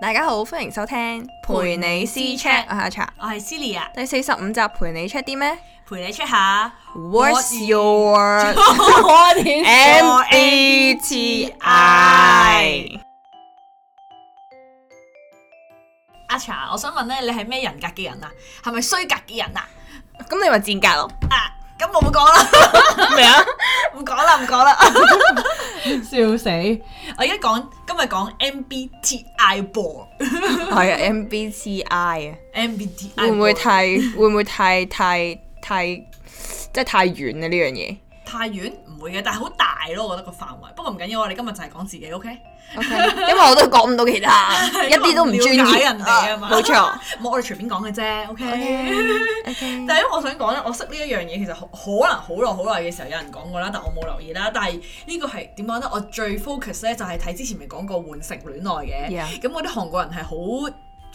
大家好，歡迎收聽陪你私 check 我係阿茶，我係 Celia， 第四十五集陪你 check 啲咩陪你 check 下。 ？What's is- your 我點 MBTI？阿茶，我想問咧，你係咩人格嘅人啊？係咪衰格嘅人啊？咁你咪賤格咯？啊，咁我冇講啦，咩啊？ 唔講啦， 唔講啦。笑死！我而家講今日講 MBTI 噃係啊，MBTI 啊， ，MBTI 會唔會噃太會唔會太太太即係太遠啊呢樣嘢太遠？唔會嘅，但係好大咯，我覺得個範圍。不過唔緊要，我哋今日就係講自己，OK？ ？OK，因為我都講唔到其他，一啲都唔專因為唔了解業人哋啊嘛冇錯。 冇我哋隨便講嘅啫，OK？ OK，但係因為我想講咧，我識呢一樣嘢，其實可可能好耐好耐嘅時候有人講過啦，但我冇留意啦。但係呢個係點講咧？我最 focus 咧就係睇之前咪講過換乘戀愛嘅， Yeah 咁嗰啲韓國人係好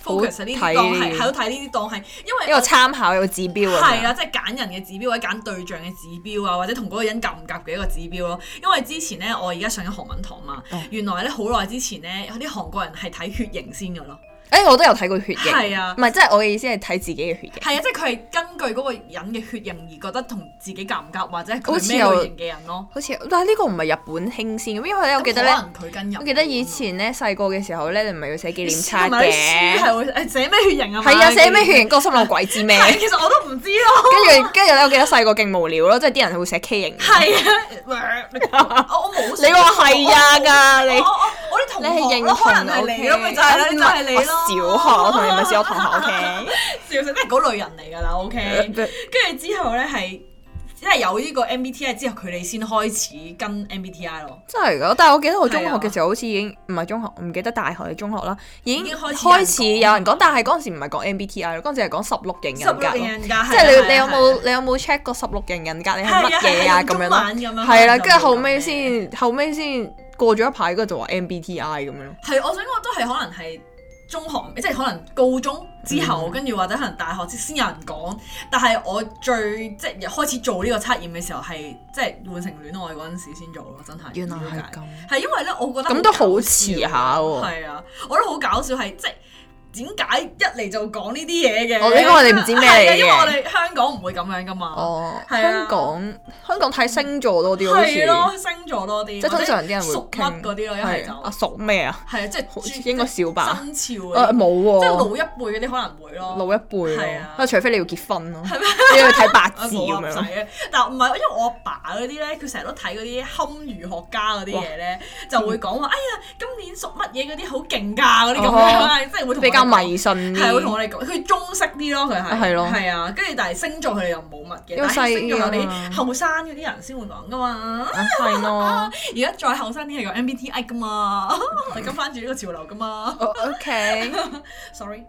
好 focus 喺呢睇啲當呢係啲喺度睇呢啲當係，因一個為參考有個指標啊嘛。係啦，即係揀人嘅指標或者揀對象嘅指標啊，或者同嗰個人夾唔夾嘅一個指標咯。因為之前咧，我而家上緊韓文堂嘛哦，原來咧好耐之前咧，有啲韓國人係睇血型先嘅咯。誒、哎我都有睇過血型，係啊唔係即係我嘅意思係睇自己嘅血型，係啊，即係佢係根據嗰個人嘅血型而覺得同自己夾唔夾，或者佢好似係咩有類型嘅人咯。好似但係呢個唔係日本興先咁，因為咧我記得咧，可能佢跟入。我記得以前咧細個嘅時候咧，你唔係要寫紀你念書冊同埋啲書嘅，係會誒寫咩血型啊嘛？係啊寫咩血型，嗰個心諗鬼知咩，係其實我都唔知咯。跟住跟住咧，我記得細個勁無聊咯，即係啲人會寫 K 型，係啊，我我冇 寫。你話係啊㗎我你我。我我啲同你係認同學咯，哦可能係你咯， OK？咪就係啦，你就係你咯。我小 學我同你咪小學同學 OK，笑死，都係嗰類人嚟㗎啦，OK。跟 住之後咧係，即係有呢個 MBTI 之後，佢哋先開始跟 MBTI 咯。真係㗎！但係我記得我中學係啊嘅時候好似已經唔係中學，我唔記得大學定中學啦，已已經經開始開始有有人人講，但係嗰陣時唔係講 MBTI 咯，嗰陣時係講十六型十人六格咯型。人格，係啊即係你你係有啊係啊冇你有冇 check 過十六型人格你係乜嘢啊咁樣咯？咯係啦，跟住後尾。先後尾先過咗一排，跟住就話 MBTI 咁樣咯。係，我想講都係可能係中學，即係可能高中之後，跟住、或者可能大學先先有人講。但係我最即係開始做呢個測驗嘅時候，係即係換成戀愛嗰陣時先做咯，真係。了解。咁，係因為咧，我覺得咁都好搞笑遲下喎係啊，我覺得好搞笑係即係。點解一嚟就講呢啲嘢嘅？哦呢個我哋唔知咩嚟嘅係啊因為我哋香港唔會咁樣噶嘛。哦，係香啊港香港睇星座多啲好係似，咯，星座多啲，即係通常啲人會或者屬傾乜嗰啲咯，一係就係啊屬咩啊？係啊，即好係應該小吧生肖誒嗰啲冇即係喎，老一輩嗰啲可能會咯，老一輩係啊咯，啊除非你要結婚咯，你要睇八啊字冇咁啊唔樣使咯。啊，但唔係，因為我阿爸嗰啲咧，佢成日都睇嗰啲堪輿學家嗰啲嘢咧，就會講話，哎呀，今年屬乜嘢嗰啲好勁㗎嗰啲咁樣， 即係會同我哋哦比較迷講信係啊會同啲，我哋講，佢中式啲咯，佢係係咯係啊，跟住但係星座佢哋又冇乜嘅，因為但係西星座有醫啊嘛啲後生嗰啲人先會講㗎嘛。啊係咯。而家再後生啲係講 MBTI 㗎嘛，我哋跟翻住呢個潮流㗎嘛。哦 OK， Sorry。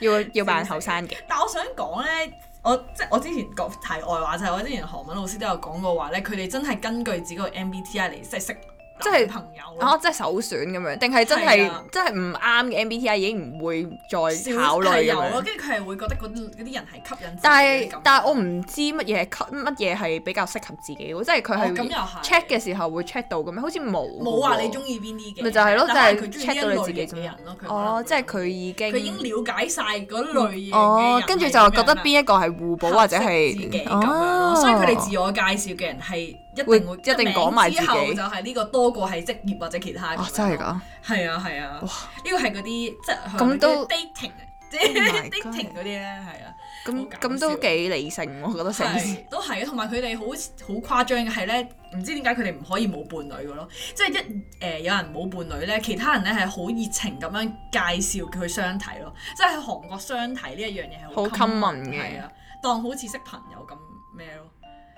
要要扮後生 嘅。但我想講咧，我即係我之前講題外話就係、我之前韓文老師都有講過話咧，佢哋真係根據自己個 MBTI 嚟即係識即係男朋友咯啊！即係首選咁樣，定係真係啊係真係唔啱嘅 MBTI 已經唔會再少考慮係咁有咯，樣。啊跟住佢係會覺得嗰啲嗰啲人係吸引自己但嘅係感但係我覺唔知乜嘢係吸乜嘢係比較適合自己喎，即係佢哦咁又係係 check 嘅時候會 check 到咁樣，好似冇冇話你嘅中意邊啲嘅，咪就係咯但就係佢中意 check 到你自己呢一類型嘅人咯。佢喎可能哦，會即係佢已佢已經經了解晒嗰類型嘅哦人，跟住係就點覺得樣啊邊一個係互補或者係自己咁樣咯，哦，所以佢哋自我介紹嘅人係一定會會一一定講埋自己之後就係呢個多過係職業或者其他咁樣哦咯。真係㗎，係啊係啊，呢個係嗰啲即係咁嗰都 Oh 啲 dating 啊即 my 係 God dating 嗰啲咧係啊，咁好搞咁都笑幾理性喎，我覺得成件事係都係啊，同埋佢哋好好誇張嘅係咧，唔知點解佢哋唔可以冇伴侶嘅咯，即係一誒、呃有人冇伴侶咧，其他人咧係好熱情咁樣介紹佢相睇咯，即係喺韓國相睇呢一樣嘢係好 common 嘅係啊，當好似識朋友咁咩咯。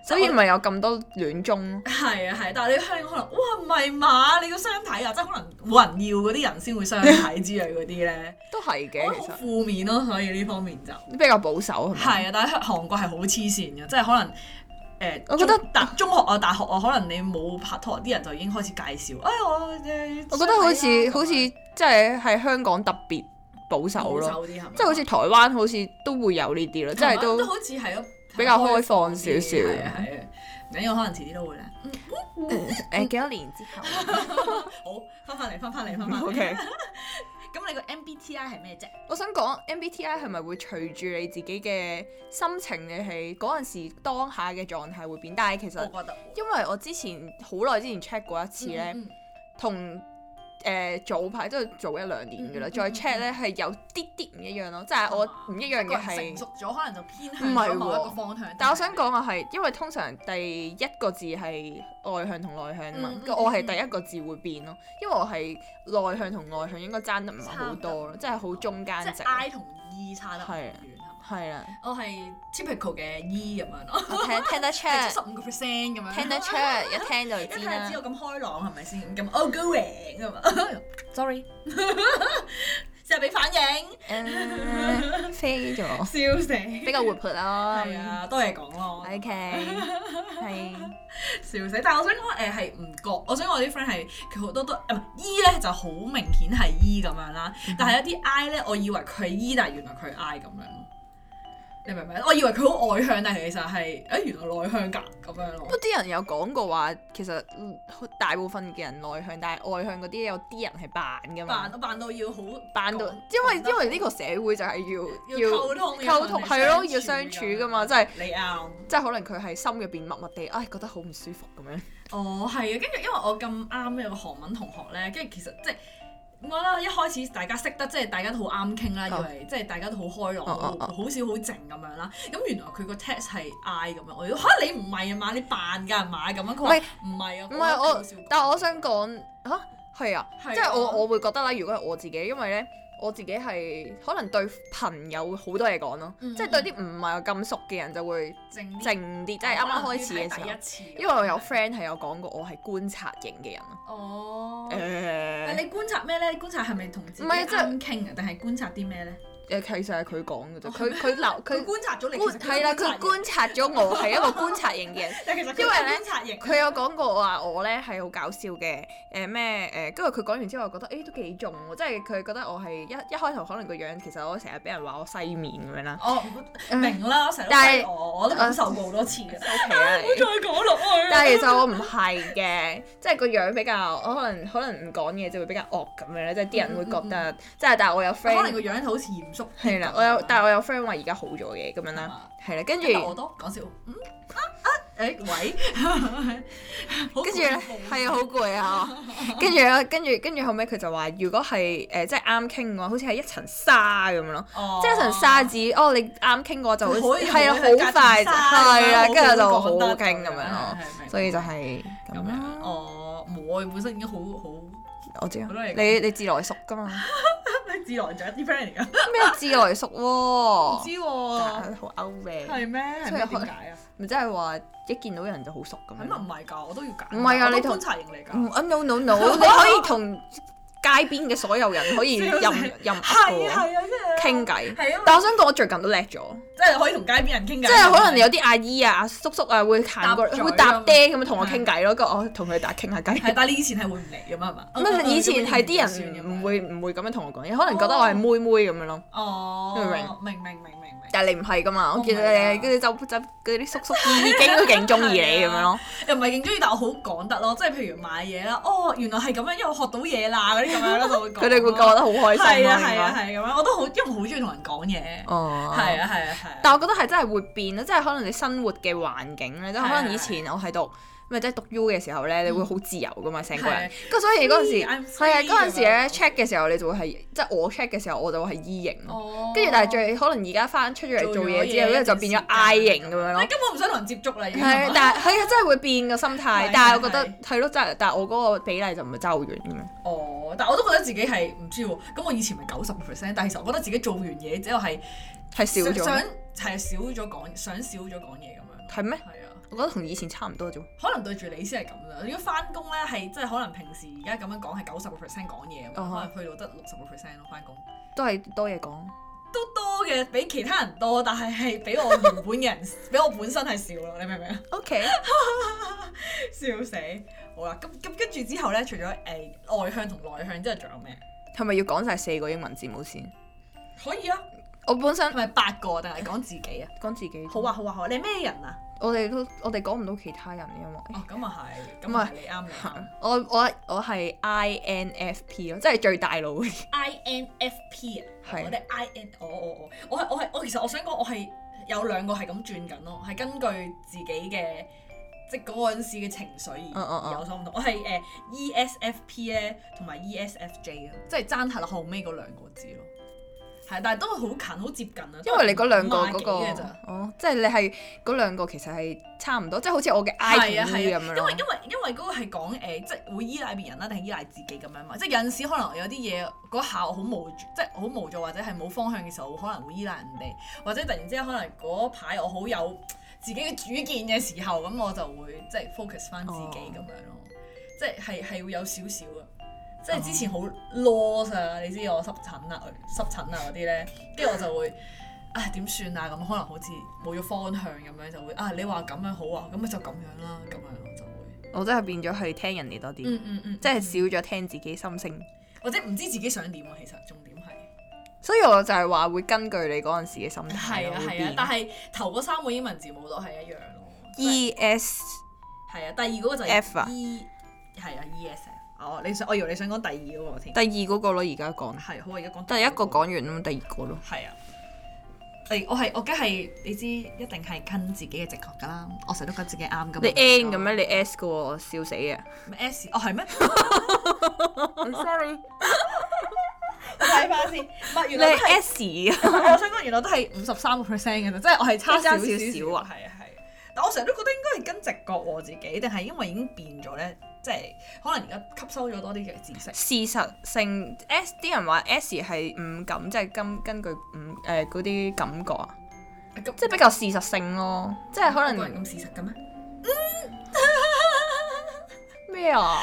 所以咪有咁多戀中咯。係啊係，但係你香港可能哇唔係嘛，你個相睇啊，即係可能冇人要嗰啲人先會相睇之類嗰啲咧，都係我覺嘅，得其好實嗯負面咯，所以呢方面就比較保守係咪？係啊，但係韓國係好黐線嘅，即係可能。誒、我覺得中大中學啊、大學啊，可能你冇拍拖，啲人就已經開始介紹。哎，我誒，我覺得好相睇似啊好似咁樣即係喺香港特別保守保咯，守啲係咪即係好似台灣好似都會有呢啲咯，即係係嘛都好似係咯，比較開放放少啲少。係啊係啊，唔緊要，可能遲啲都會咧。嗯誒幾多年之後好，翻返嚟，翻返嚟，翻返 嗯嚟。，OK，咁你個 MBTI 係咩啫？我想講 MBTI 係咪會隨住你自己嘅心情，你係嗰陣時當下嘅狀態會變？但係其實我覺得因為我之前好耐之前 check 過一次咧，嗯嗯同誒、呃早排都係早一兩年嘅啦，嗯嗯哦再 check 咧係有啲啲唔一樣咯，即係我唔一樣個嘅人成係。熟咗，可能就偏向唔係咗某一個喎方向。但我想講嘅係，因為通常第一個字係外向同內向啊嘛，嗯嗯我係第一個字會變咯，因為我係內向同外向應該爭得唔係好多咯，即係好中間即值係。I 同 E 差得好啊係遠啊係嘛？係 啦，我係 typical 嘅 E 咁 樣咯，我聽聽得 出，係十五個 percent 咁樣。聽得出，一聽 一就知睇就啦知。我咁開朗係咪先？咁 outgoing 咁嘛，sorry，成日俾反應， 誒呃飛咗，笑死。比較活潑咯。係啊，多嘢講咯， ，OK，係。笑死！但係我想講誒係唔覺，我想講我啲 friend 係佢好多都啊唔係 E 咧就好明顯係 E 咁樣啦，但係有啲 I 咧，我以為佢 E，但係原來佢 I 咁樣咯。你明唔明？啊我以為佢好外向，但係其實係誒原來內向㗎不咁樣過咯。啲人有講過話，其實嗯好大部分嘅人內向，但係外向嗰啲有啲人係扮噶嘛扮，都扮到要好扮到，講因為因為呢個社會就係要要溝通溝通係咯，要相處噶嘛，即係你啱。即係可能佢係心入邊默默地，唉覺得好唔舒服咁樣。哦，係啊，跟住因為我咁啱有個韓文同學咧，跟住其實即係我覺得一開始大家識得，即係大家都好啱傾啦，哦以為即係大家都好開朗，哦哦哦好少好靜咁樣啦。咁原來佢個 test 係 I 咁樣，我要嚇你唔係啊嘛，你扮㗎係嘛咁樣。佢唔話係唔係啊，唔係我好少講，但係我想講嚇係啊，係啊即係我我會覺得啦，如果係我自己，因為咧。我自己係可能對朋友好多嘢講咯，嗯即係對啲唔係咁熟嘅人就會靜啲靜啲，即嗯哦係啱啱開始嘅時可能要睇候第一。次咁樣，因為我有 friend 係有講過我係觀察型嘅人咯。哦。但誒你觀察咩咧？你觀察係咪同自己唔係啊即啱係傾啊？定係觀察啲咩咧？誒，其實哦係佢講嘅啫，佢佢留佢佢觀察咗你，觀其實係啦，都佢觀察人，觀察咗我係一個觀察型嘅 人。但其實佢因為都咧觀察型。佢有講過話我咧係好搞笑嘅，誒咩誒，跟住佢講完之後覺得誒、都幾中喎，即係佢覺得我係一一開頭可能個樣，其實我成日俾人話我西面咁樣 啦。我嗯明啦，我成日都但係睇我，我都感受過好多次嘅。唔收皮啦你好再講落去啦。但係其實我唔係嘅，即係個樣比較，我可能可能唔講嘢就會比較惡咁樣咧，即係啲人會覺得，即係但嗯係我有可能 friend 個樣好似嚴肅啲係啦，我有咁但係我有 friend 話而家好咗嘅咁樣啦，哦係啦，跟住因為我都講笑，嗯啊啊，誒 喂，跟住咧係啊，好攰啊！跟住咧，跟住跟住後尾佢就話，如果係誒、呃即係啱傾嘅話，好似係一層沙咁樣咯，好即係一層沙子。哦，你啱傾嘅話就會可以係啊，可以好快就係啦，隔跟住層沙咁樣就好好好好傾講得咁樣係咯。係明所以就係咁咁樣啦。。哦，冇，我本身已經好好我知啊好多嘢，講你你自來熟噶嘛？自來咗啲 friend 嚟㗎，咩自來熟唔喎？知喎，但係好 out 嘅，係咩？係所以咩可點解啊？唔即係話一見到人就好熟咁咁啊樣。唔係㗎，我都要揀㗎，唔係啊我都你同觀察型嚟㗎嗯。啊 no no no！你可以同街邊嘅所有人可以任笑死任係噏啊嘅喎係啊，即係傾偈。係啊但我想講，我最近都叻咗，即係可以同街邊人傾偈，即係可能有啲阿姨啊、叔叔啊會行過，搭嘴會搭爹咁樣同我咁傾偈咯，跟住我同佢打傾下偈。係，但係你以前係會唔嚟噶嘛？係嘛？哦咁以前係啲人唔會會唔會咁樣同我講嘢，可能覺得我係妹妹咁樣咯。哦，明唔明明明明明。但係你唔係噶嘛，我見我唔係啊你跟住就就嗰啲叔叔已經都勁中意你咁樣咯。又唔係勁中意，但我好講得咯，即係譬如買嘢啦，哦，原來係咁樣，因為我學到嘢啦，嗰啲咁樣咯，就 會講。佢哋會覺得哦好開心係咯。啊係應啊該係咁樣，我都好，因為我好中意同人講嘢。哦，係啊係啊係啊。但我覺得係真係會變咯，即係可能你生活嘅環境咧，即係可係啊嗯能以前我係讀咪即係讀 U 嘅時候咧，你會好自由噶嘛，成個人係。啊咁所以嗰陣時 Free，I'm 係啊， free 嗰陣時咧咁樣 check 嘅時候，你就會係即係我 check 嘅時候，我就會係 E 型咯。哦跟住但係最可能而家翻出咗嚟做嘢之後，做咗嘢跟住就變咗 I 型咁樣哎咯。根本唔想同人接觸啦，已經係，但係係啊，真係會變個心態係。啊但係我覺係得係咯，真係，但係我嗰個比例就唔係爭好遠咁樣。哦，但我都覺得自己係唔知喎。咁我以前咪九十 percent，但係其實我覺得自己做完嘢之後係係少想咗，係少咗講，想少咗講嘢咁樣。係咩？係啊。我覺得同以前差唔多啫喎。可能對住你先係咁啦。如果翻工咧係即係可能平時而家咁樣講係九十個 percent 講嘢咁樣，啊哈可能去到得六十個 percent 咯。翻工都係多嘢講。都多嘅，比其他人多，但係係比我原本嘅人， 比我本身係少咯。你明唔明啊？ O K，笑死！好啦，咁咁跟住之後咧，除咗誒、外向同內向之後，仲有咩？係咪要講晒四個英文字母先？可以啊，我本身係咪八個定係講自己啊？講自己，好啊，好啊，好啊！你係咩人啊？我哋都我哋講唔到其他人，因為。哦，咁啊係，咁咁啊啊你啱你啱。我我我係 INFP 咯，即係最大腦嗰 啲。 INFP 啊，係我哋 IN，我我哦我我係我係我其實我想講，我係有兩個係咁轉緊咯，係根據自己嘅即係嗰陣時嘅情緒嗯嗯而嗯有所唔同。我係呃，E 誒 ESFP 咧，同埋 ESFJ 啊，即係爭下後尾嗰兩個字咯。係，但係都好近，好接近啊。因為你嗰兩個都嗰係個五廿幾嘅咋哦，即係你係嗰兩個其實係差唔多，即係好似我嘅 I 係啊同 E 咁係啊，樣因咯為。因為因為嗰個係講誒，即係會依賴別人啦，定係依賴自己咁樣嘛。即係有陣時可能有啲嘢嗰下我好無助，即係好無助或者係冇方向嘅時候，可能會依賴人哋，或者突然之間可能嗰排我好有自己嘅主見嘅時候，咁我就會即係 focus 翻自己咁樣咯。即係係係會有少少啊。即係之前好 lost 啊！你知我濕疹啊、濕疹啊嗰啲咧，跟住我就會。唉點算啊？咁可能好似冇咗方向咁樣，就會啊你話咁樣好啊，咁咪就咁樣啦，咁樣我就會我真係變咗係聽人哋多啲，嗯嗯嗯，即係少咗聽自己心聲。或者唔知自己想點啊，其實重點係。所以我就係話會根據你嗰陣時嘅心態係咯啊會係啊，但變。係頭嗰三個英文字母都係一樣咯。 E S 係啊，第二嗰個就係 F 啊 E 係啊 E S F。哦，你想我以為你想講第二嗰個添。第二嗰個咯，而家講係好，我而家講第一個嗰講完咁，第二個咯。係啊。第我係我梗係你知，一定係跟自己嘅直覺㗎啦。我成日都覺得自己啱㗎嘛。你 N Oh 咁樣，你 S 嘅喎，笑死 啊咩 S 哦係咩？ I'm！Sorry，睇翻先，唔係你原來都係係 S 啊？ 我想講原來都係五十三個 percent 嘅啫，即係我係差少少即係爭少少啊係啊係啊。但我成日都覺得應該係跟直覺喎自己，定係因為已經變咗咧，即係可能而家吸收咗多啲嘅知識。事實性 S 啲人話 S 係五感，即係根根據五誒嗰啲感覺啊，咁即係比較事實性咯，即係可我個人能咁事實嘅咩？咩 啊？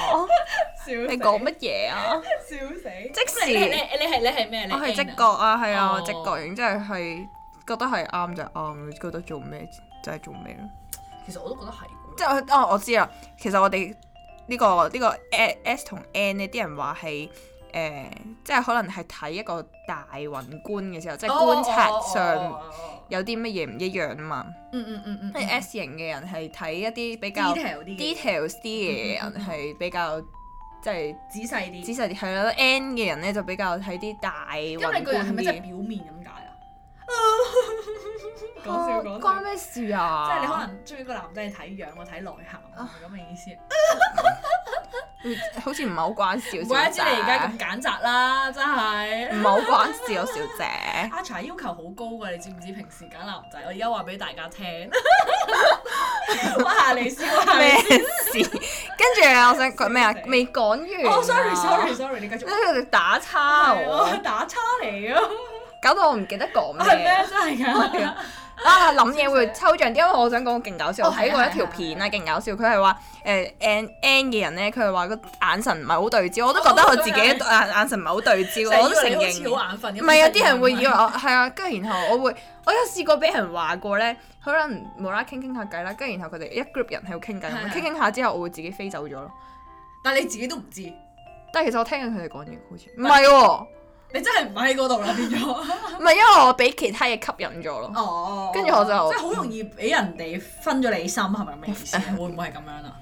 笑你你講乜嘢啊？笑死！即時你你你係你係咩？你我係直 N 覺啊，係啊，我哦直覺然之後係覺得係啱就啱，你覺得做咩就係做咩咯。啊。其實我都覺得係即係我哦，我知啦。其實我哋呢、個呢、個 A- S 同 N 呢啲人話係誒，即係可能係睇一個大宏觀嘅時候，即係哦觀察上。有啲乜嘢唔一樣啊嘛。嗯嗯嗯嗯，即係 S 型嘅人係睇一啲比較 detail 啲嘅 details 啲嘅嗯嗯人係比較即係仔細仔啲。細啲，係啦。N 嘅人咧就比較睇啲大宏因為你個人係觀咪真係啲。表面咁解 啊？講啊笑講笑關。咩事啊？即係你可能中意個男仔係睇樣，我睇內涵咁嘅意思。好似唔係好關事啊。唔怪得知小姐你而家咁揀擇啦，真係。唔係好關事啊，小姐。 阿茶要求好高㗎，你知唔知？平時揀男仔，我而家話俾大家 聽。 哇！下你笑下咩你事？跟住我想講咩啊笑死？未講完啊。哦，sorry，sorry，sorry，你繼因續。為 你打岔係我我，打叉嚟咯，搞到我唔記得講係咩咩？真係㗎？啊，諗嘢會抽象啲，因為我想講勁搞笑。哦我睇過係一啊條片啊，勁搞笑。佢係話誒 N N 嘅人咧，佢係話個眼神唔係好對焦，我都覺得我自己哦眼對眼神唔係好對焦，我都承成日以為你好似認。好眼啊瞓咁。唔係有啲人會以為我係啊，跟住然後我會，我有試過俾人話過咧，可能無啦啦傾傾下偈啦，跟住然後佢哋一 group 人喺度傾偈咁樣，係係傾傾下之後我會自己飛走咗咯。但係你自己都唔知，你但係其實我聽緊佢哋講嘢，好似唔係喎，真係唔喺嗰度啦，變 咗。唔係因為我俾其他嘢吸引咗咯。哦，跟住我就即係好容易俾人哋分咗你心，係咪咁嘅意 思啊？會唔會係咁樣啊？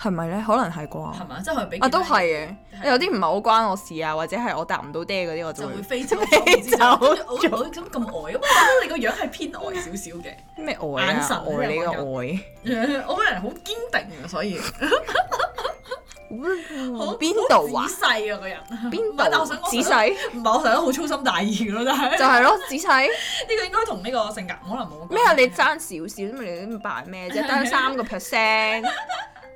係咪咧？可能係係啩？咪啊？即係可能俾啊，都其他人係嘅，有啲唔係好關我事啊，或者係我答唔到爹嗰啲，我就就會會飛走飛 飛走走咗我我咁咁呆，啊因為我覺得你個樣係偏呆少少嘅。 咩愛眼啊，神愛你嘅我個人好堅定啊，所以愛，邊好度啊好？仔哦細啊個人，邊唔係但我度想仔講細唔係我成日都好粗心大意咯，但係就係咯，仔 細呢個應該同呢個性格可能冇關咩啊？你爭少少啫嘛，你都扮咩啫？爭三個 percent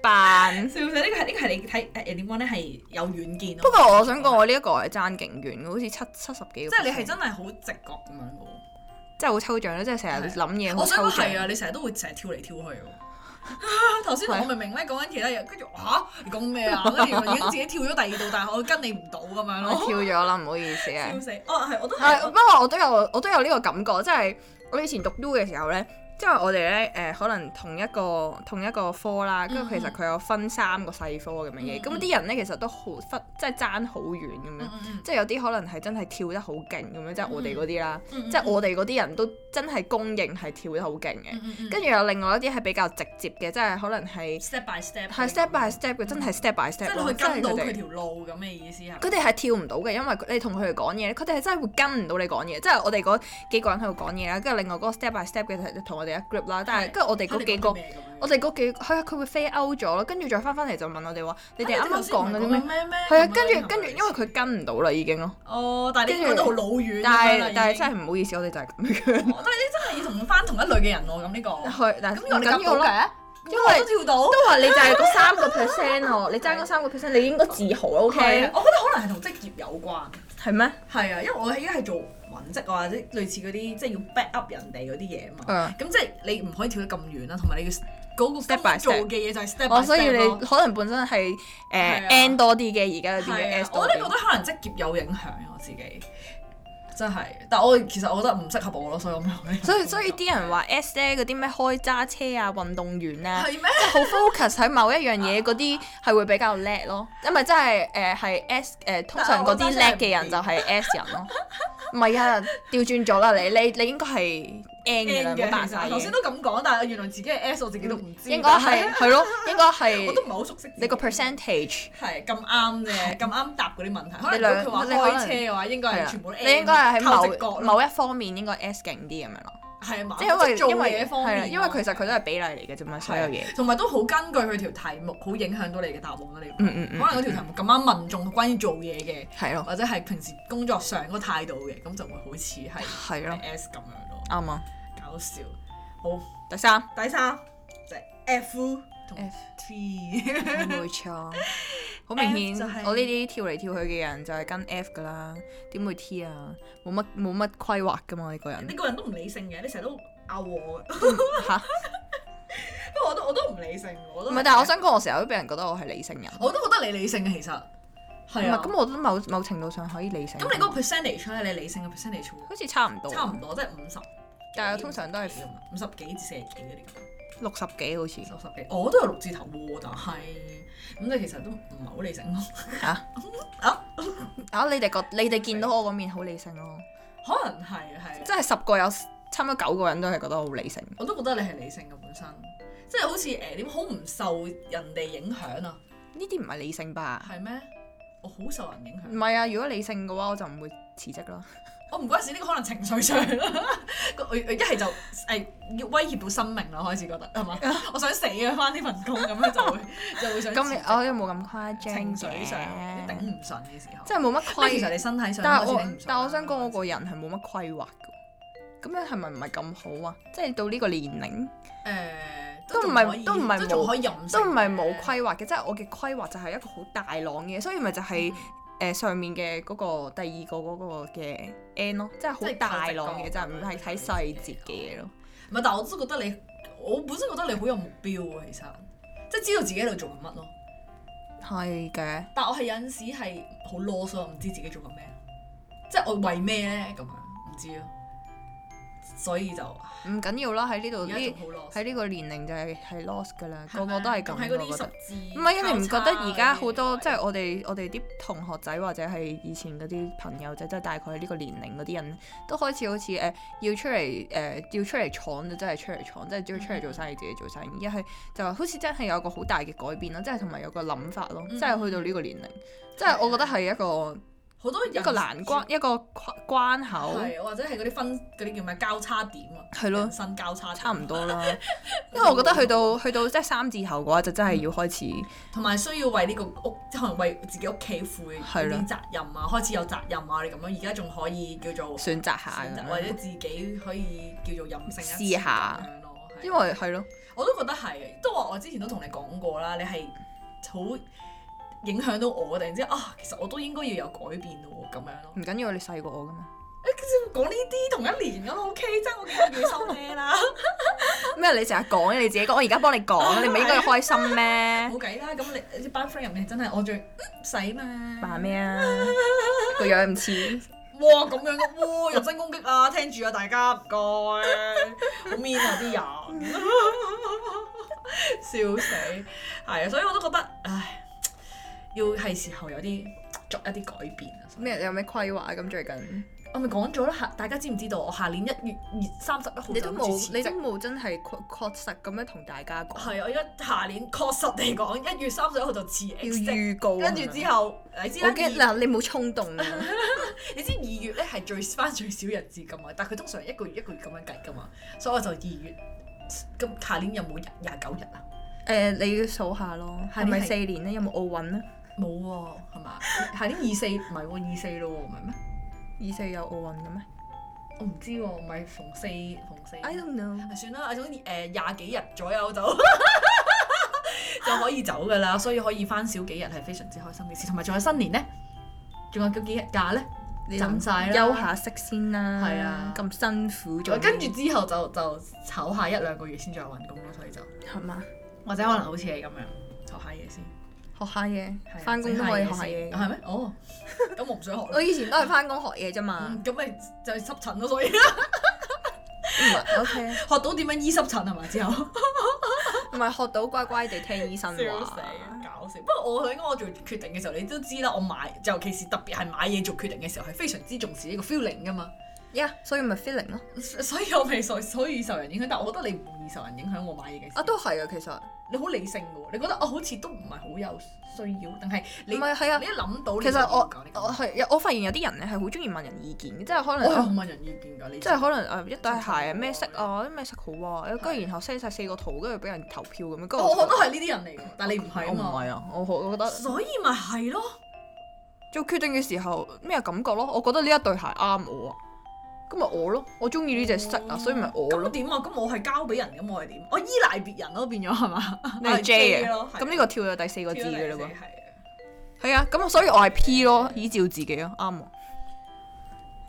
扮。笑死！呢個係呢個係你睇誒點講咧係有遠見咯。不過我想講，我呢一個係爭勁遠嘅，好似七七十幾即個 percent。係你係真係好直覺咁樣嘅喎。即係好抽象咯，即係成日諗嘢好我想抽講象啊係。啊，你成日都會成日跳嚟跳去喎。 頭先我明明咧講緊其他嘢，跟住嚇你講咩 啊？跟住原來已經自己跳咗第二度，但係我跟你唔到咁樣我 咯。跳咗啦，唔好意思啊笑。死！哦，係我都係啊係不過我都有我都有呢個感覺，即係我以前讀 U 嘅時候咧，因為我哋咧誒可能同一個同一個科啦，跟住嗯其實佢有分三個細科咁樣嘅，嗯咁啲人咧其實都好分，即係爭好遠咁樣，嗯即係有啲可能係真係跳得好勁咁樣，即係我哋嗰啲嗯啦，即係我哋嗰啲人都真係公認係跳得好勁嗯嘅，跟住有另外一啲係比較直接嘅，即係可能係 step by step，係 step by step 嘅，真係 step by 即 step 嗯係咯，你即去係跟到佢佢哋。條路咁嘅意思係咪。佢哋係跳唔到嘅，因為佢你同佢哋講嘢，佢哋係真係會跟唔到你講嘢。即係我哋嗰幾個人喺度講嘢啦，跟住另外嗰個 step by step 嘅就同我哋一 group 啦。但係係跟住我哋佢嗰哋幾講個啲，咩咁樣我哋嗰幾佢佢會飛 out 咗咯，跟住再翻翻嚟就問我哋話：你哋啱啊啱講緊啲咩？咩咩？係啊，跟住跟住，因為佢跟唔到啦已經咯。哦，但係你跟住覺得好老遠咁樣啦，但係但係已經真係唔好意思，我哋就係咁樣。哦但係你真係要同翻同一類嘅人喎，咁呢個係，但係哦咁我唔哋緊夾要到咯。嘅，因我為都跳到。都話你就係嗰三個 percent 喎，你爭嗰三個 percent，你應該自豪啦。係 OK，啊我覺得可能係同職業有關。係咩？係啊，因為我而家係做文職啊，或者類似嗰啲即係要 back up 人哋嗰啲嘢啊嘛。嗯。咁即係你唔可以跳得咁遠啊啦，同埋你要嗰個 Step by 根本做 step 嘅嘢就係 step by step 哦，所以咯你可能本身係係啊誒 N 多啲嘅，而家有啲嘅係啊 S 我多都覺得啲。可能職業有影響啊我自己，真係。但我其實我覺得唔適合我咯，所以我咪所以所以啲人話 S 咧嗰啲咩開揸車啊、運動員啊，啊係咩？即係好 focus 喺某一樣嘢嗰 啲係會比較叻咯，因為真係誒係 S 誒通常嗰啲叻嘅人就係 S 人咯。唔係啊，調轉咗啦，你你你應該係 N 嘅啦，驚唔好扮晒頭先嘢。嗯都咁講，但係原來自己係 S，我自己都唔知。應該係係咯，應該 我都唔係係好熟悉自己你個 percentage。係咁啱嘅，咁啱答嗰啲問題。可你能兩如果佢你話可開能車嘅話，應該係係啦全部都，你應該係靠直喺覺某咯啊某一方面應該 S 勁啲咁樣咯，係嘛？即係因為做因為嘢方面係咯，啊啦，因為其實佢都係比例嚟嘅啫嘛，所有嘢。同埋都好根據佢條題目，好影響到你嘅答案啦。你嗯嗯嗯可能嗰條題目咁啱問中關於做嘢嘅，係咯，或者係平時工作上嗰個態度嘅，咁就會好似係係咯， S 咁樣咯，啱啊。搞笑。好，第三，第三就係 F 同 F T， 冇錯，好明 F 就顯係，我呢啲跳嚟跳去嘅人就係跟 F 噶啦，點會 T 啊？冇乜冇乜規劃噶嘛，呢個你人個人都唔理性嘅，你成日都拗我嘅， 吓， 不過我都我都唔理性，我都唔係，但係我想講，我成日都俾人覺得我係理性人，唔我都覺得你理性嘅其實係係啊。咁，我都某某程度上可以理性。咁你嗰個 percentage 咧，你理性嘅 percentage 會好似差唔多，差唔多，啊即係五十。但係我通常都係五十幾至四十幾嗰啲。六十幾好似六十幾，我都有六字頭喎，但係咁你其實都唔係好理性咯。 吓啊，啊！你哋覺你哋見到我嗰面好理性咯，可能係係，即係十個有差唔多九個人都係覺得我好理性。我都覺得你係理性嘅本身，即係好似誒點好唔受人哋影響啊？呢啲唔係理性吧？係咩？我好受人影唔響，係啊！如果理性嘅話，我就唔會辭職 啦。我唔關事，呢個可能情緒上 啦，個我一係就誒要威脅到生命啦，開始覺得係嘛？我想死啊！翻呢份工咁樣就會 就會想咁你辭職我又冇咁誇張情嘅緒上頂唔順嘅時候，即係冇乜即係其規實你身體上但開係始我頂唔順啦但係我想講，我個人係冇乜規劃嘅。咁樣係咪唔係咁好啊？即係到呢個年齡誒都唔仲係可以都唔係都仲冇可以任性都唔係嘅冇規劃嘅，即係我嘅規劃就係一個好大浪嘅嘢，所以咪就嗯係、誒、上面嘅嗰、個第二個嗰個嘅 N 咯，即係好大浪嘅，即就係靠直唔覺係睇細節嘅嘢咯。唔係，但我都覺得你，我本身覺得你好有目標啊，其實即係知道自己喺度做緊乜咯。係嘅，但我係有陣時係好囉嗦，唔知自己做緊咩，啊即係我為咩咧咁樣，唔知咯。所以就而唔緊要啦，喺呢度家仲呢好囉嗦，喺呢個年齡就係係 lost 㗎啦，個係咪個都係咁，仲喺嗰我啲覺得。十字唔係，因為唔覺交得叉而家啊嗰啲好多位即係我哋我哋啲同學仔或者係以前嗰啲朋友仔，即係大概呢個年齡嗰啲人都開始好似誒、呃要出嚟誒、呃要出嚟闖就真係出嚟闖，即係只要出嚟做生意自己做生意。一係就好似真係有個好大嘅改變咯，即係同埋有個諗法咯，嗯即係去到呢個年齡，即係我覺得係一個好多一個難關一個關關口，嗯係或者係嗰啲分嗰啲叫咩交叉點啊，係咯人生交叉點差唔多 啦。因為我覺得去到去到即係三字頭嘅話，就真係要開始。同埋需要為呢個屋，即係可能為自己屋企負係咯啲責任啊，開始有責任啊，你咁樣而家仲可以叫做選擇下選咁擇樣或者自己可以叫做任性一次試下咁樣咯。係因為係咯，我都覺得係嘅，都話我之前都同你講過啦，你係好影響到我，突然之間啊，其實我都應該要有改變咯咁樣咯。唔緊要，你細過我㗎嘛。講呢啲同一年咁啊 OK，爭我幾個月收咩啦，咩？你成日講你自己講，我而家幫你 講，你唔係應該要開心咩？ 冇 計啦。咁你你嗯班 friend 入面真係我最使嘛？扮咩啊？個樣唔似，唔哇咁樣嘅，哇人身攻擊啊！聽住啊，大家唔該，好 mean 啊啲人， 笑死，係啊，所以我都覺得，唉，要係時候有啲作一啲改變啊！咩有咩規劃咁最近？我啊咪講咗啦，下大家知唔知道我下年一月二三十一號你都就諗住冇，辭你都職冇真係確確實咁樣同大家 講，係啊！我而家下年確實地講，一月三十一號就辭要 X 職，預告。啊跟住之，後你知我啊啦，驚嗱，你冇衝動 啊！你知二月咧係最翻最少日子噶嘛，但係佢通常一個月一個月咁樣計噶嘛，所以我就二月咁下年有冇廿廿九日啊？誒，你要數下咯，係咪係四年咧？有冇奧運咧？冇喎，係嘛？ 下年二四唔係喎，二四咯喎，唔係咩？二四有奧運嘅咩我唔知喎，唔係逢四逢四。 ？I don't know。啊算啦，總之誒廿幾日左右就 就可以走噶啦，所以可以翻少幾日係非常之開心嘅事，同埋仲有新年呢，仲有嗰幾日假呢。你浸諗晒啦休下息先啦。係啊咁辛苦咗，跟住之後就就炒下一兩個月先再揾工咯，所以就係嘛？或者可能好似你咁樣學下嘢先，學下嘢係啊，翻工都可以學下先嘢。係咩？哦， 咁我唔想學我啦，以前都係翻工學嘢啫嘛嗯。咁咪就係濕疹咯， 所以唔係嗯 OK，學到點樣醫濕疹係咪之後？唔係學到乖乖地聽醫生笑死話。，搞笑。不過我應該我做決定嘅時候，你都知啦，我買，尤其是特別係買嘢做決定嘅時候，係非常之重視呢個 feeling 噶嘛。呀，所以咪 feeling 咯。所以我未受， 所以受人影響，但我覺得你唔易受人影響。我買嘢嘅時啊，候，都係啊，其實你好理性嘅喎，你覺得我好似都唔係好有需要，定係你唔係係啊你。一諗到你其就實我唔講呢個我係我發現有啲人咧係好中意問人意見，即係可我有能。問人意見㗎，你即係可能誒一對鞋啊咩色真係啊咩色好啊，跟住然後 send 晒四個圖，跟住俾人投票咁樣，跟住我我都係呢啲人嚟㗎，但係你唔係哦我啊唔嘛，係啊，我我覺得所以咪係咯。做決定嘅時候咩感覺咯？我覺得呢一對鞋啱我啊，咁咪我咯，我中意呢隻色啊，所以咪我咁咯。點啊？咁我係交俾人，咁我係點？我依賴別人咯，變咗係嘛？你 我係 J 啊咯，，咁呢個跳咗第四個個字嘅嘞喎。係啊，係啊，咁所以我係 P 咯，依照自己咯，啱喎。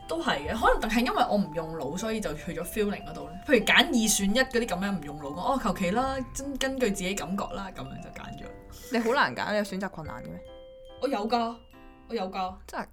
都係嘅。可能但係因為我唔用腦，所以就去咗 feeling 嗰度咧。譬如揀二選一嗰啲咁樣唔用腦，我哦求其啦，真根據自己感覺啦，咁樣就揀咗。你好難揀，你有選擇困難嘅咩？我有㗎，我有㗎，係啊。真係㗎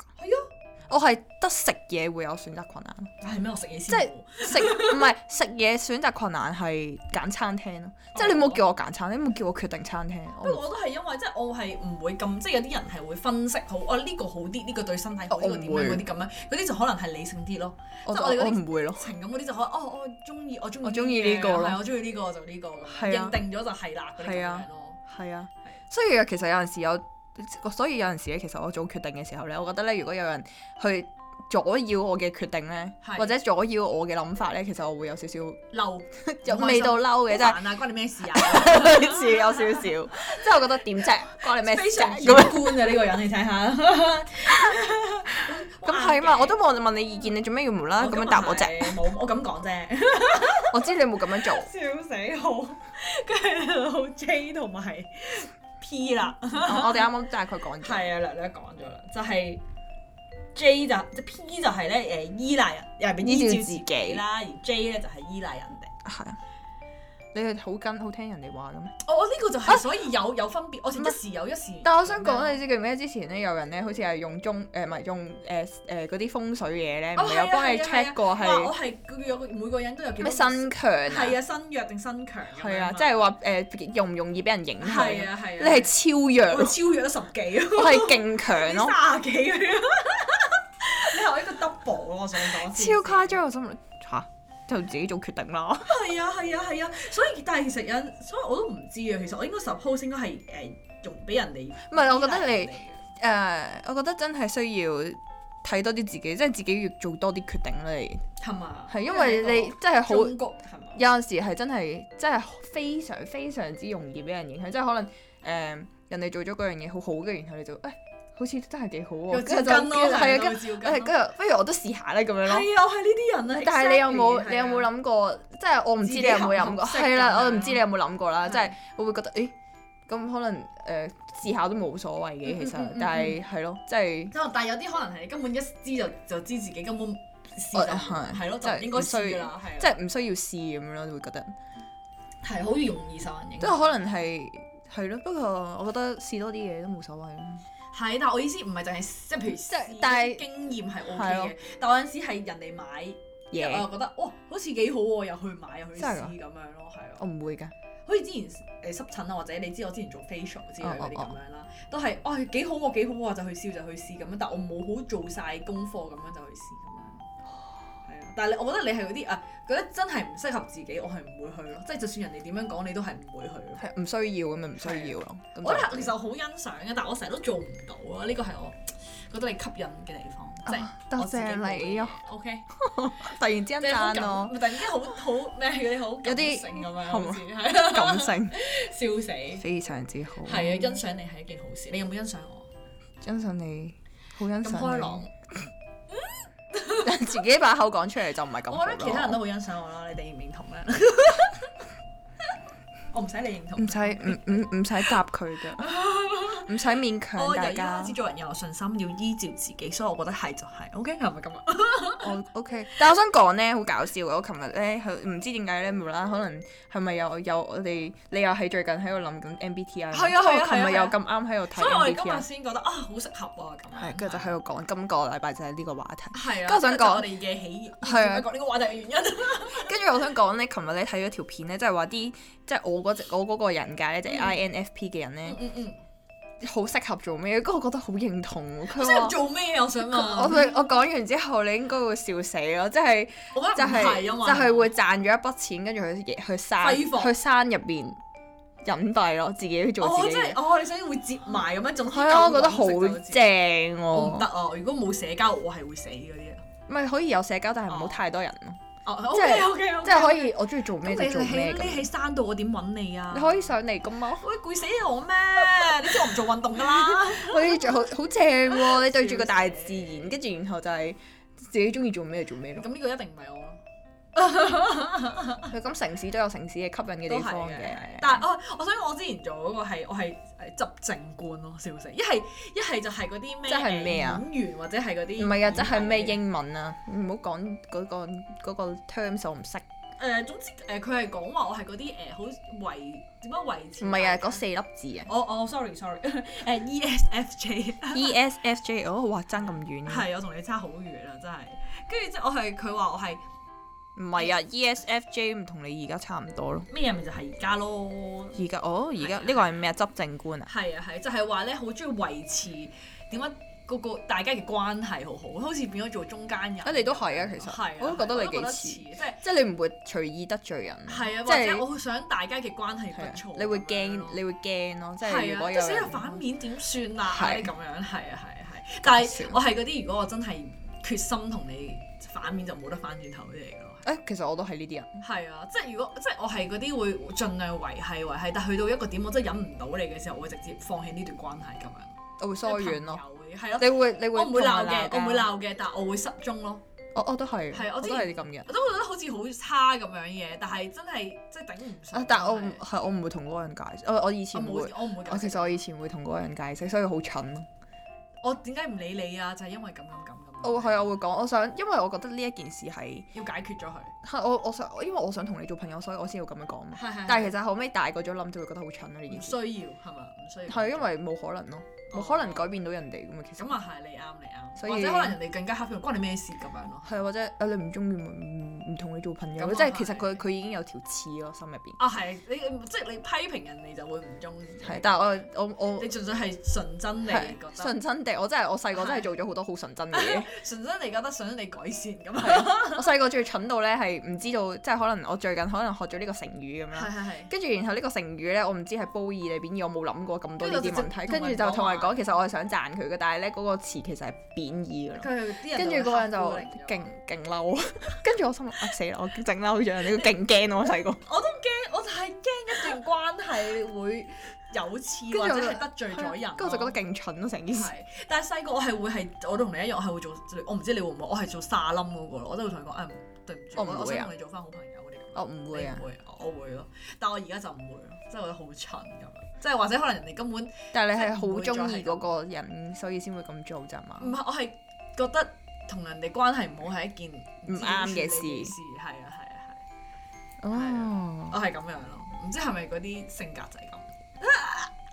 我係得食嘢會有選擇困難，係咩？我食嘢先即係食唔係食嘢選擇困難係揀餐廳咯，即係你冇叫我揀餐廳，你冇叫我決定餐廳，不過我我都係因為即係我係唔會咁，即係有啲人係會分析好，我呢個好啲，呢個對身體好，我呢唔個會點樣嗰啲咁樣，嗰啲就可能係理性啲咯。我即就係我哋嗰啲我唔會咯。情感嗰啲就可能哦，我中意我中意我鍾意呢個咯係啊我中意呢個就呢個咁樣，係啊認定咗就係啦嗰啲咁係啊樣咯。係啊，所以其實有陣時有，所以有陣時咧，其實我做決定嘅時候咧，我覺得咧，如果有人去阻擾我嘅決定咧，係或者阻擾我嘅諗法咧，其實我會有少少 嬲有味道嬲嘅，真好係煩啊，關你咩事 啊？類似有少少，即係我覺得點啫，關你咩事非 常啫主咁樣。觀嘅呢個人，你睇下。 咁係嘛？我都冇問你意見，你做咩要無啦啦咁樣答我啫？係？冇，我咁講啫。 我知你冇咁樣做。笑死好，跟住老 J 同埋 P 啦。我我哋啱啱大概講咗，係啊，略略講咗啦，就係、J 就即 P 就係咧誒依賴人，又係咪依依照照自自己己啦，而 J 咧就係依賴人哋。係啊。你係好跟好聽人哋話嘅咩？哦我我呢個就係所以有有分別，我一時有一時。啊但係我想講，你知記唔記得之前咧有人咧，好似係用中誒唔係用誒誒嗰啲風水嘢咧，唔哦係係啊有幫你係啊 check 過係啊哇係我係佢有個每個人都有幾咩多身強係啊？啊，身弱定身強咁樣係啊，嘛即係話誒容唔容易俾人影響係？啊係啊，你係超我弱， 超弱咗十幾啊，我係勁強 咯，卅幾嗰啲啊，你係我一個 double 咯，我想講超誇張！我心諗嚇，就自己做決定啦。係啊係啊係啊，所以但係其實有陣，所以我都唔知啊。其實我應該 suppose 應該係誒用俾人哋。唔係我覺得你誒、呃我覺得真係需要睇多啲自己，即係自己要做多啲決定咧。係嘛？係因為你真係好中國係嘛？有陣時係真係真係非常非常之容易俾人影響，即係可能誒、呃人哋做咗嗰樣嘢好好嘅，然後你就誒、哎好似真係幾好喎，有照跟住就跟咯，係啊，有跟照誒跟跟咯。住不如我都試下咧咁樣係咯。啊，我係呢啲人啊。但係你有冇 exactly，你有冇係啊？諗過？即係我唔知你有冇諗過，自己合唔合適係啦，咁樣我唔知你有冇諗過啦。係即係我會覺得，誒咁可能誒試下都冇所謂嘅，其嗯嗯實嗯嗯，但係係咯，即係。但係有啲可能係你根本一知就就知自己根本試我就哦係係咯，即係就應該唔需要試㗎啦，係啊即係唔需要試咁樣咯，會覺得嗯係好容易受人影即響。係可能係係咯。不過我覺得試多啲嘢都冇所謂啦。係，但係我意思唔係淨係即係譬如係試但嗰啲係經驗係 OK 係咯嘅，但我有陣時係人哋買，因為我嘢又覺得哇好似幾好喎，又去買又去真試係㗎咁樣咯，係我咯。唔會㗎，好似之前誒濕疹啊，或者你知我之前做 facial 之類哦哦嗰啲咁哦樣啦，都係哦幾好喎幾好喎就去試就去試咁樣，但我冇好做晒功課咁樣就去試咁樣。係啊，但係你我覺得你係嗰啲啊，覺得真係唔適合自己，我係唔會去咯。即係就算人哋點樣講，你都係唔會去咯。係唔需要咁咪唔需要咯。咁我覺就得其實我好欣賞嘅，但我成日都做唔到啊！呢個係我覺得你吸引嘅地方，即係啊多謝你啊！ O K，突然之間即係好讚感我，突然之間好好咩嗰啲好感性咁樣，好似係 啊感性 笑死，係非常之好。啊！欣賞你 係一件好事，你有冇欣賞我？欣賞你，好欣咁開賞朗你。， 自己把口講出嚟就唔係咁。我覺得其他人都好欣賞我啦，你 哋認唔認同咧？我唔使你認同唔，使唔唔唔使答佢㗎， 唔使勉強我由大而家家哦開始。做人有信心，要依照自己，所以我覺得係就係 O K，係咪 咁啊？我 OK，但我想講咧，好搞笑嘅。我琴日咧，佢唔知點解咧，無啦啦，可能係咪有有我哋，你又係最近喺度諗緊 MBTI，係啊因為係啊我琴係啊日又咁啱喺度所以我睇哋今日 MBTI，先覺得啊，好適合啊咁樣。係跟住就喺度講，今個禮拜就係呢個話題。係跟啊，住我想講我哋嘅起係啊點解講呢個話題 嘅原因。跟住我想講咧，琴日咧睇咗條片咧，即係話啲即係我嗰隻我嗰個人界咧，即係 INFP 嘅人嗯咧，嗯嗯，好適合做咩？跟住我覺得好認同喎。佢 即係話做咩啊？我想問，我佢我講完之後，你應該會笑死咯，即係。我覺就得唔係係、因為就係會賺咗一筆錢，跟住佢去山揮霍去山入邊隱蔽咯，自己去做哦，自即己係嘅。哦，你想會接埋咁樣，仲係啊，我覺得好正我唔得喎，啊！如果冇社交，我係會死嗰啲啊。咪可以有社交，但係唔好哦太多人咯。哦即係 OK OK OK，即係可以，我中意做咩就咁做你你咩喺咁。匿喺山度，我點揾你啊？你可以上嚟噶嘛？喂攰死 我咩？你知我唔做運動㗎啦。 可以做好好正喎！你對住個大笑死自然，跟住然後就係自己中意做咩就做咩咯。咁呢個一定唔係我咯。佢咁城市都有城市嘅吸引嘅啊都地係方嘅嘅。，但係我我想講我之前做嗰個係我係誒執政官咯，笑死！一係一係就係嗰啲咩即係咩啊演員或者係嗰啲唔係啊，即係咩演藝英文啊？唔好講嗰個嗰個 terms 我唔識。誒，總之誒佢係講話我係嗰啲誒好維點樣維持唔係啊，嗰四粒字啊。我我 sorry sorry 誒，E ESFJ ESFJ 哦，哇爭咁遠嘅，係我同你差好遠啦，真係跟住即係我係佢話我係唔係啊？ESFJ 唔同你而家差唔多咯。咩咪就係而家咯，而家哦，而家呢個係咩啊？執政官啊？係啊係就係話咧好中意維持點解個個大家嘅關係好好，好似變咗做中間人。啊，你都係啊，其實係啊，我都覺得你幾我都覺似，即係即係你唔會隨意得罪人，係啊，即或係者我好想大家嘅關係係啊不錯，你會咁樣驚咯，你會驚咯，即係如係果啊，即有係寫人到反面點算啊？係咁樣係啊係啊係，但係搞笑我係嗰啲如果我真係決心同你反面就冇得翻轉頭嗰啲嚟嘅咯。誒，其實我都係呢啲人，係啊，即係如果即係我係嗰啲會盡量維係維係，但係去到一個點我真係忍唔到你嘅時候，我會直接放棄呢段關係咁樣。我會疏遠咯，即係朋友嗰啲，係咯。你會你啊會我唔會鬧嘅，同人我唔會交，鬧嘅，但係我會失蹤咯。我我都係，係啊我我都之係咁嘅人。我都覺得好似好差咁樣嘅，但係真係即係頂唔順啊！但我唔真係係我唔會同嗰個人解釋，我我以前我會冇，我唔會咁我其實我以前會同嗰個人解釋，所以好蠢咯。我點解唔理你啊？就係因為咁咁咁咁。我會係啊我會講，我想因為我覺得呢一件事係要解決咗佢。係我我想，因為我想同你做朋友，所以我先要咁樣講嘛。係係。但係其實後尾大個咗諗，就會覺得好蠢咯啊呢唔件需事。要係嘛？唔需要。係啊因為冇可能咯，哦冇可能改變到人哋噶嘛。其實咁啊係你啱你啱，所以或者可能人哋更加黑佢，關你咩事咁樣咯。係啊或者啊你唔中意咪唔唔同你做朋友咁咯，啊即係其實係佢佢已經有條刺咯心入邊。啊係，你你即係你批評人哋就會唔中意。係，但係我我我你純粹係純真地係覺得純真地，我真係我細個真係係做咗好多好純真嘅嘢。 純真地覺得想你改善咁樣。係啊我細個最蠢到咧係唔知道，即係可能我最近可能學咗呢個成語咁樣。係係係。跟住然後呢個成語呢，我唔知係褒義定貶義，我冇諗過咁多呢啲問題。跟跟住住就就同人同講，其實我係想讚佢嘅，但係呢嗰個詞其實係貶義嘅咯。佢啲人跟住嗰個人就勁勁嬲，跟住我心諗啊死啦！我整嬲咗人，你勁驚我細個。我都驚，我就係驚一段關係會有刺跟或住者我就係得罪咗人咯。跟住我就覺得勁蠢咯成件事。係，但係細個我係會係，我同你一樣，我係會做，我唔知你會唔會，我係做沙冧嗰個咯，我都會同你講，誒、哎，對唔住，我我唔會啊我想同你做翻好朋友嗰啲咁樣。我唔會啊你唔會，我會咯。但我而家就唔會咯，即係覺得好蠢咁樣，即係或者可能人哋根本唔但係你係好中意嗰個人，所以先會咁做咋嘛？係，我係覺得同人哋關係唔好係一件唔啱嘅事事係啊係啊係，哦，啊我係咁樣咯，唔知係咪嗰啲性格就係咁。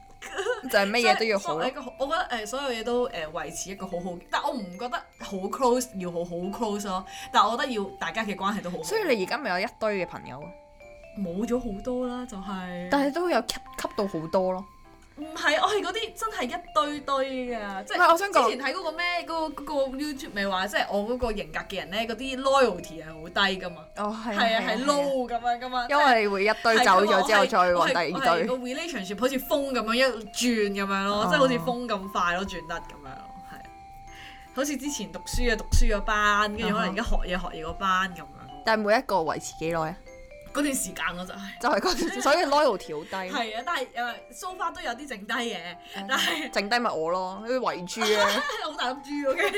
就係乜嘢都要好所以所以我覺得誒所有嘢都誒維持一個好好，但我唔覺得好 close 要好好 close 咯。但係我覺得要大家嘅關係都好好。所以你而家咪有一堆嘅朋友，冇咗好多啦，就係、但係都有吸吸到好多咯。唔係，我係嗰啲真係一堆堆㗎，即唔係係我想講之前睇嗰個咩嗰、個嗰個 YouTube 咪話，即係我嗰個型格嘅人咧，嗰啲 loyalty 係好低㗎嘛，哦，係係啊係 low 咁樣㗎嘛，因為你會一堆係走咁咗之後我係再揾第我係二我堆。係個 relationship 好似風咁樣一轉咁樣咯，哦即係好似風咁快咯，轉得咁樣咯，係。好似之前讀書啊嘅讀書嗰班，跟住可能而家學嘢學嘢嗰班咁樣。但係每一個維持幾耐 啊？嗰段時間我就係就係 嗰陣時所以 loyalty 好低，係啊，但係誒 so far 都有啲剩低嘅，嗯但係剩低咪我咯，啲圍住 啊。好大粒豬 OK，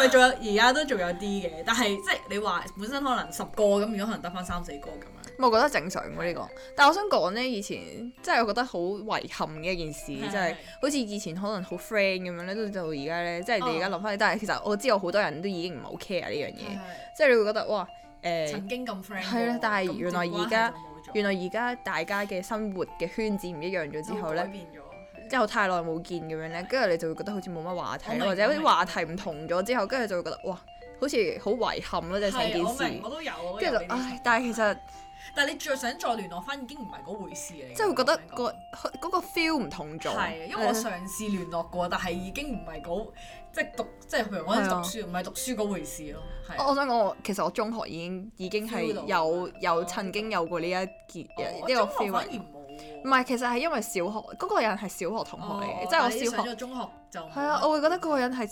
咪仲有而家都仲有啲嘅，但係即係你話本身可能十個咁，如果可能得翻三四個咁樣。我覺得正常喎呢個，但係我想講呢，以前真係我覺得好遺憾嘅一件事，係就係好似以前可能好 friend 咁樣咧，到到而家呢，即係哦你而家諗翻起，但係其實我知道好多人都已經唔係好 care 呢樣嘢，即係你會覺得哇誒，曾經咁 friend 係啦過但係咁原來段關而家係就冇咗原來而家大家嘅生活嘅圈子唔一樣咗之後呢改。變咗。之後太耐冇見咁樣咧，跟住你就會覺得好似冇乜話我題，明或者 Oh 我啲明話題唔同咗之後，跟住就會覺得哇，好似好遺憾咯，即係成係，我件明，事我。都有，我都跟有住呢就啲唉，但係其實但係你再想再聯絡翻，已經唔係嗰回事嚟嘅。即係會覺得我想個講嗰個 feel 唔同咗。嗯 Oh 係，因為我係啊上次聯絡過，但係已經唔係嗰即係讀，即係譬如我嗰陣係讀啊書，唔係讀書嗰回事咯。係啊我我想講，我其實我中學已經已經係 Feel 到有㗎有曾經有過呢一件我呢個我哦中學 feel 反而啊。冇喎。唔係，其實係因為小學嗰個人係小學同學嚟嘅，即係我哦但你小上學咗中學就冇係啊，我會覺得嗰個人係超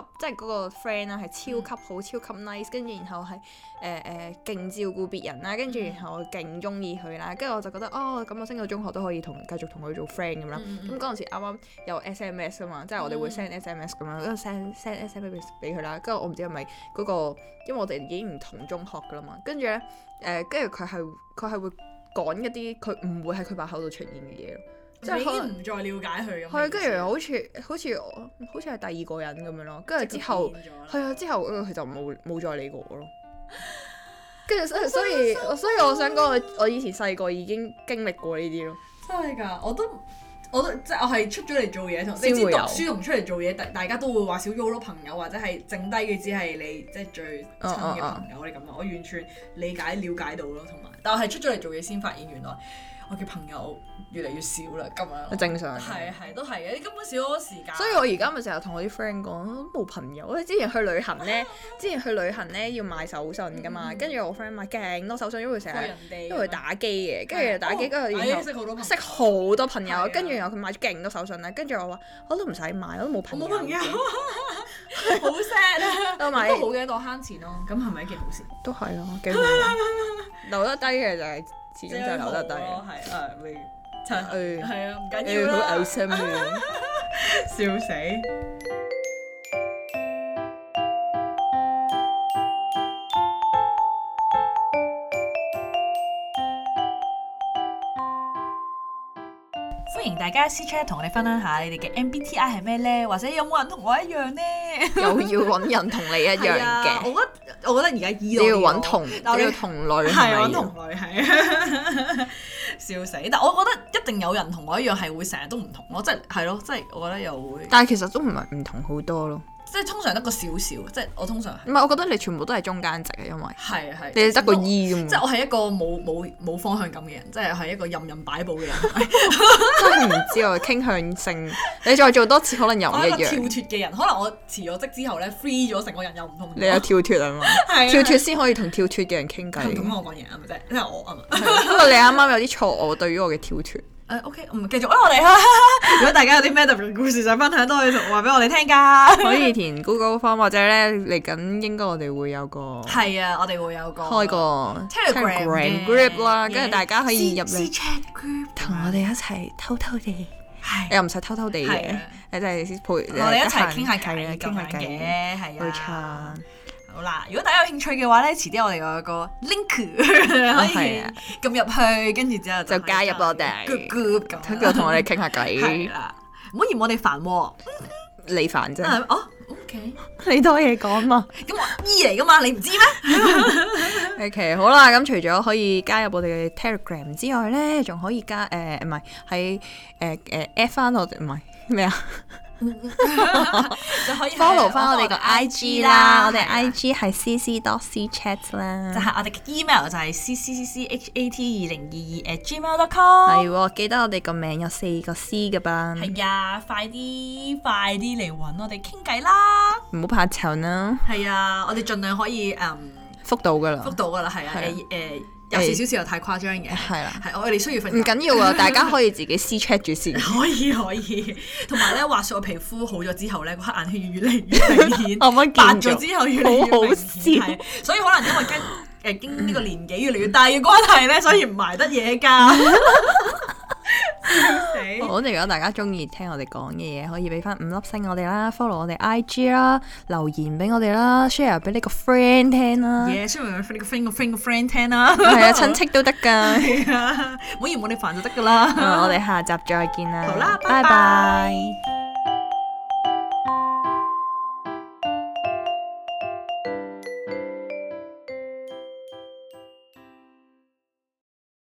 級，即係嗰個 friend 啊啦，係超嗯級好、超級 nice，跟住然後係誒誒勁照顧別人啦，啊跟住嗯然後我勁中意佢啦，跟住我就覺得哦，咁我升到中學都可以同繼續同佢做 friend 咁啦。嗯咁嗯嗰陣時啱啱有 SMS 啊嘛，即係我哋會嗯 send SMS 咁樣，跟住 send send SMS 俾佢啦。跟住我唔知係咪嗰個，因為我哋已經唔同中學噶啦嘛。跟住咧誒，跟住佢係佢係會講一啲佢唔會喺佢把口度出現嘅嘢咯，即你係已可能。經唔再了解佢咁嘅意思。係，啊跟住好似好似我好似係第二個人咁樣咯，跟住之後即係佢變咗啦係啊，之後呃佢就冇冇再理過 我咯。跟住所以所以啊所以我想講，我我以前細個已經經歷過呢啲咯。真係㗎，我都我都即係我係出咗嚟做嘢同，你先知會讀有書同出嚟做嘢，大大家都會話少咗好多朋友，或者係剩低嘅只係你即係最親哦嘅朋友你咁啊！我完全理解了解到咯，同埋但係出咗嚟做嘢先發現原來我嘅朋友越嚟越少啦，咁樣正常。哦係啊係都係嘅，你根本少咗時間。所以我而家咪成日同我啲 friend 講冇朋友。我哋之前去旅行 咧，之前去旅行咧要買手信噶嘛，跟住我 friend 買勁多手信，因為佢成過日嗯人哋啊因為佢打機嘅，跟住又打機，哦跟住哎然後識好多朋友識好多朋係啊友，跟住然後佢買咗勁多手信啦，跟住我話我都唔使買，我都冇我朋冇友。 朋友，好 sad 啊！同咁埋都好嘅，當慳錢咯，咁係咪一件好事？都係咯， 幾好啊留得低嘅就係始終就係留得低。咯，係啊，你趁誒係啊，唔緊誒要好啦嘔，心啊！笑死。歡迎大家私 chat 同我哋分享下你哋嘅 MBTI 係咩呢？或者有冇人同我一樣呢？ 又要揾人同你一樣係啊嘅，我覺得我覺得而家 E 你多啲要咯揾同，但我你哋要同類係係揾咪同類係， 笑死！但我覺得一定有人同我一樣係會成日都唔同咯，即係係咯，即係我覺得又會，但係其實都唔係唔同好多咯，即係通常得個少少，即係我通常唔係我覺得你全部都係中間值嘅，啊因為係係係，你得個 E 咁即係嘛，我係一個冇冇冇方向感嘅人，即係係一個任人擺 佈嘅人，真係唔知我傾向性。你再做多次可能又唔我係一一個 跳樣，脱嘅人。可能我辭咗職之後咧，free 咗成個人又唔同咗。你有跳脱啊嘛，係啊跳脱先可以同跳脱嘅人傾偈。咁我講嘢係咪啫？因為我啊嘛。不過你啱啱有啲錯，我對於我嘅跳脱。誒 OK，唔繼續啊啦，我哋如果大 家有啲咩特別故事想分享，都可以同話俾我哋聽㗎。 可以填 Google Form 或者咧嚟緊應該我哋會有個係啊，我哋會有個開個 Telegram 嘅 group 啦，嘢跟住大家可以入 C- 嚟 chat group 同我哋一齊偷偷地，係又唔使偷偷地係嘅啊，你就係陪我我哋一齊傾下偈啊，咁傾下樣偈，嘅，係冇啊。錯。好啦，如果大家有興趣嘅話咧，遲啲我哋有個 link 可以係啊撳入去，跟住之後就加入我哋 group group 咁佢樣就同我哋傾下係偈，啦。唔好嫌我哋煩喎，嗯你煩啫，啊哦，OK，你多嘢講嘛。咁我醫嚟噶嘛，你唔知咩？ OK，好啦，咁除咗可以加入我哋嘅 Telegram 之外咧，仲可以加誒唔係喺誒誒 at 翻我哋唔係咩啊就可以 follow 翻我哋個個 IG 啦，我哋係啊 IG 係 cc dot c chat 啦，就係我哋嘅 email 就係 c c c c h a t 二零二二 at gmail dot com。係喎，記得我哋個名有四個 C 噶噃，係啊，快啲快啲嚟揾我哋傾偈啦！唔好怕醜啦，係啊，我哋盡量可以嗯覆到噶覆啦，到噶啦，係啊，係誒誒有時少少又太誇張嘅，係啦，係我哋需要瞓唔覺。緊要 啊，大家可以自己 C check 住先。可以可以，同埋咧，話説我皮膚好咗之後咧，個黑眼圈越嚟越明啱顯，啱見白咗 咗之後越嚟越好好明笑顯，係所以可能因為跟誒經呢個年紀越嚟越大嘅關係咧，所以唔埋得嘢㗎。笑死好，如果大家中意聽我哋講嘅嘢，可以俾翻五粒星我哋啦，follow 我哋 IG 啦，留言俾我哋啦，share 俾你個 friend 聽啦，嘢，雖然你個 friend 個 friend 個 friend 聽啦，係啊，親戚都得噶。 係啊，唔好嫌我哋煩就得㗎啦。嗯我哋下集再見啦，好啦拜拜拜拜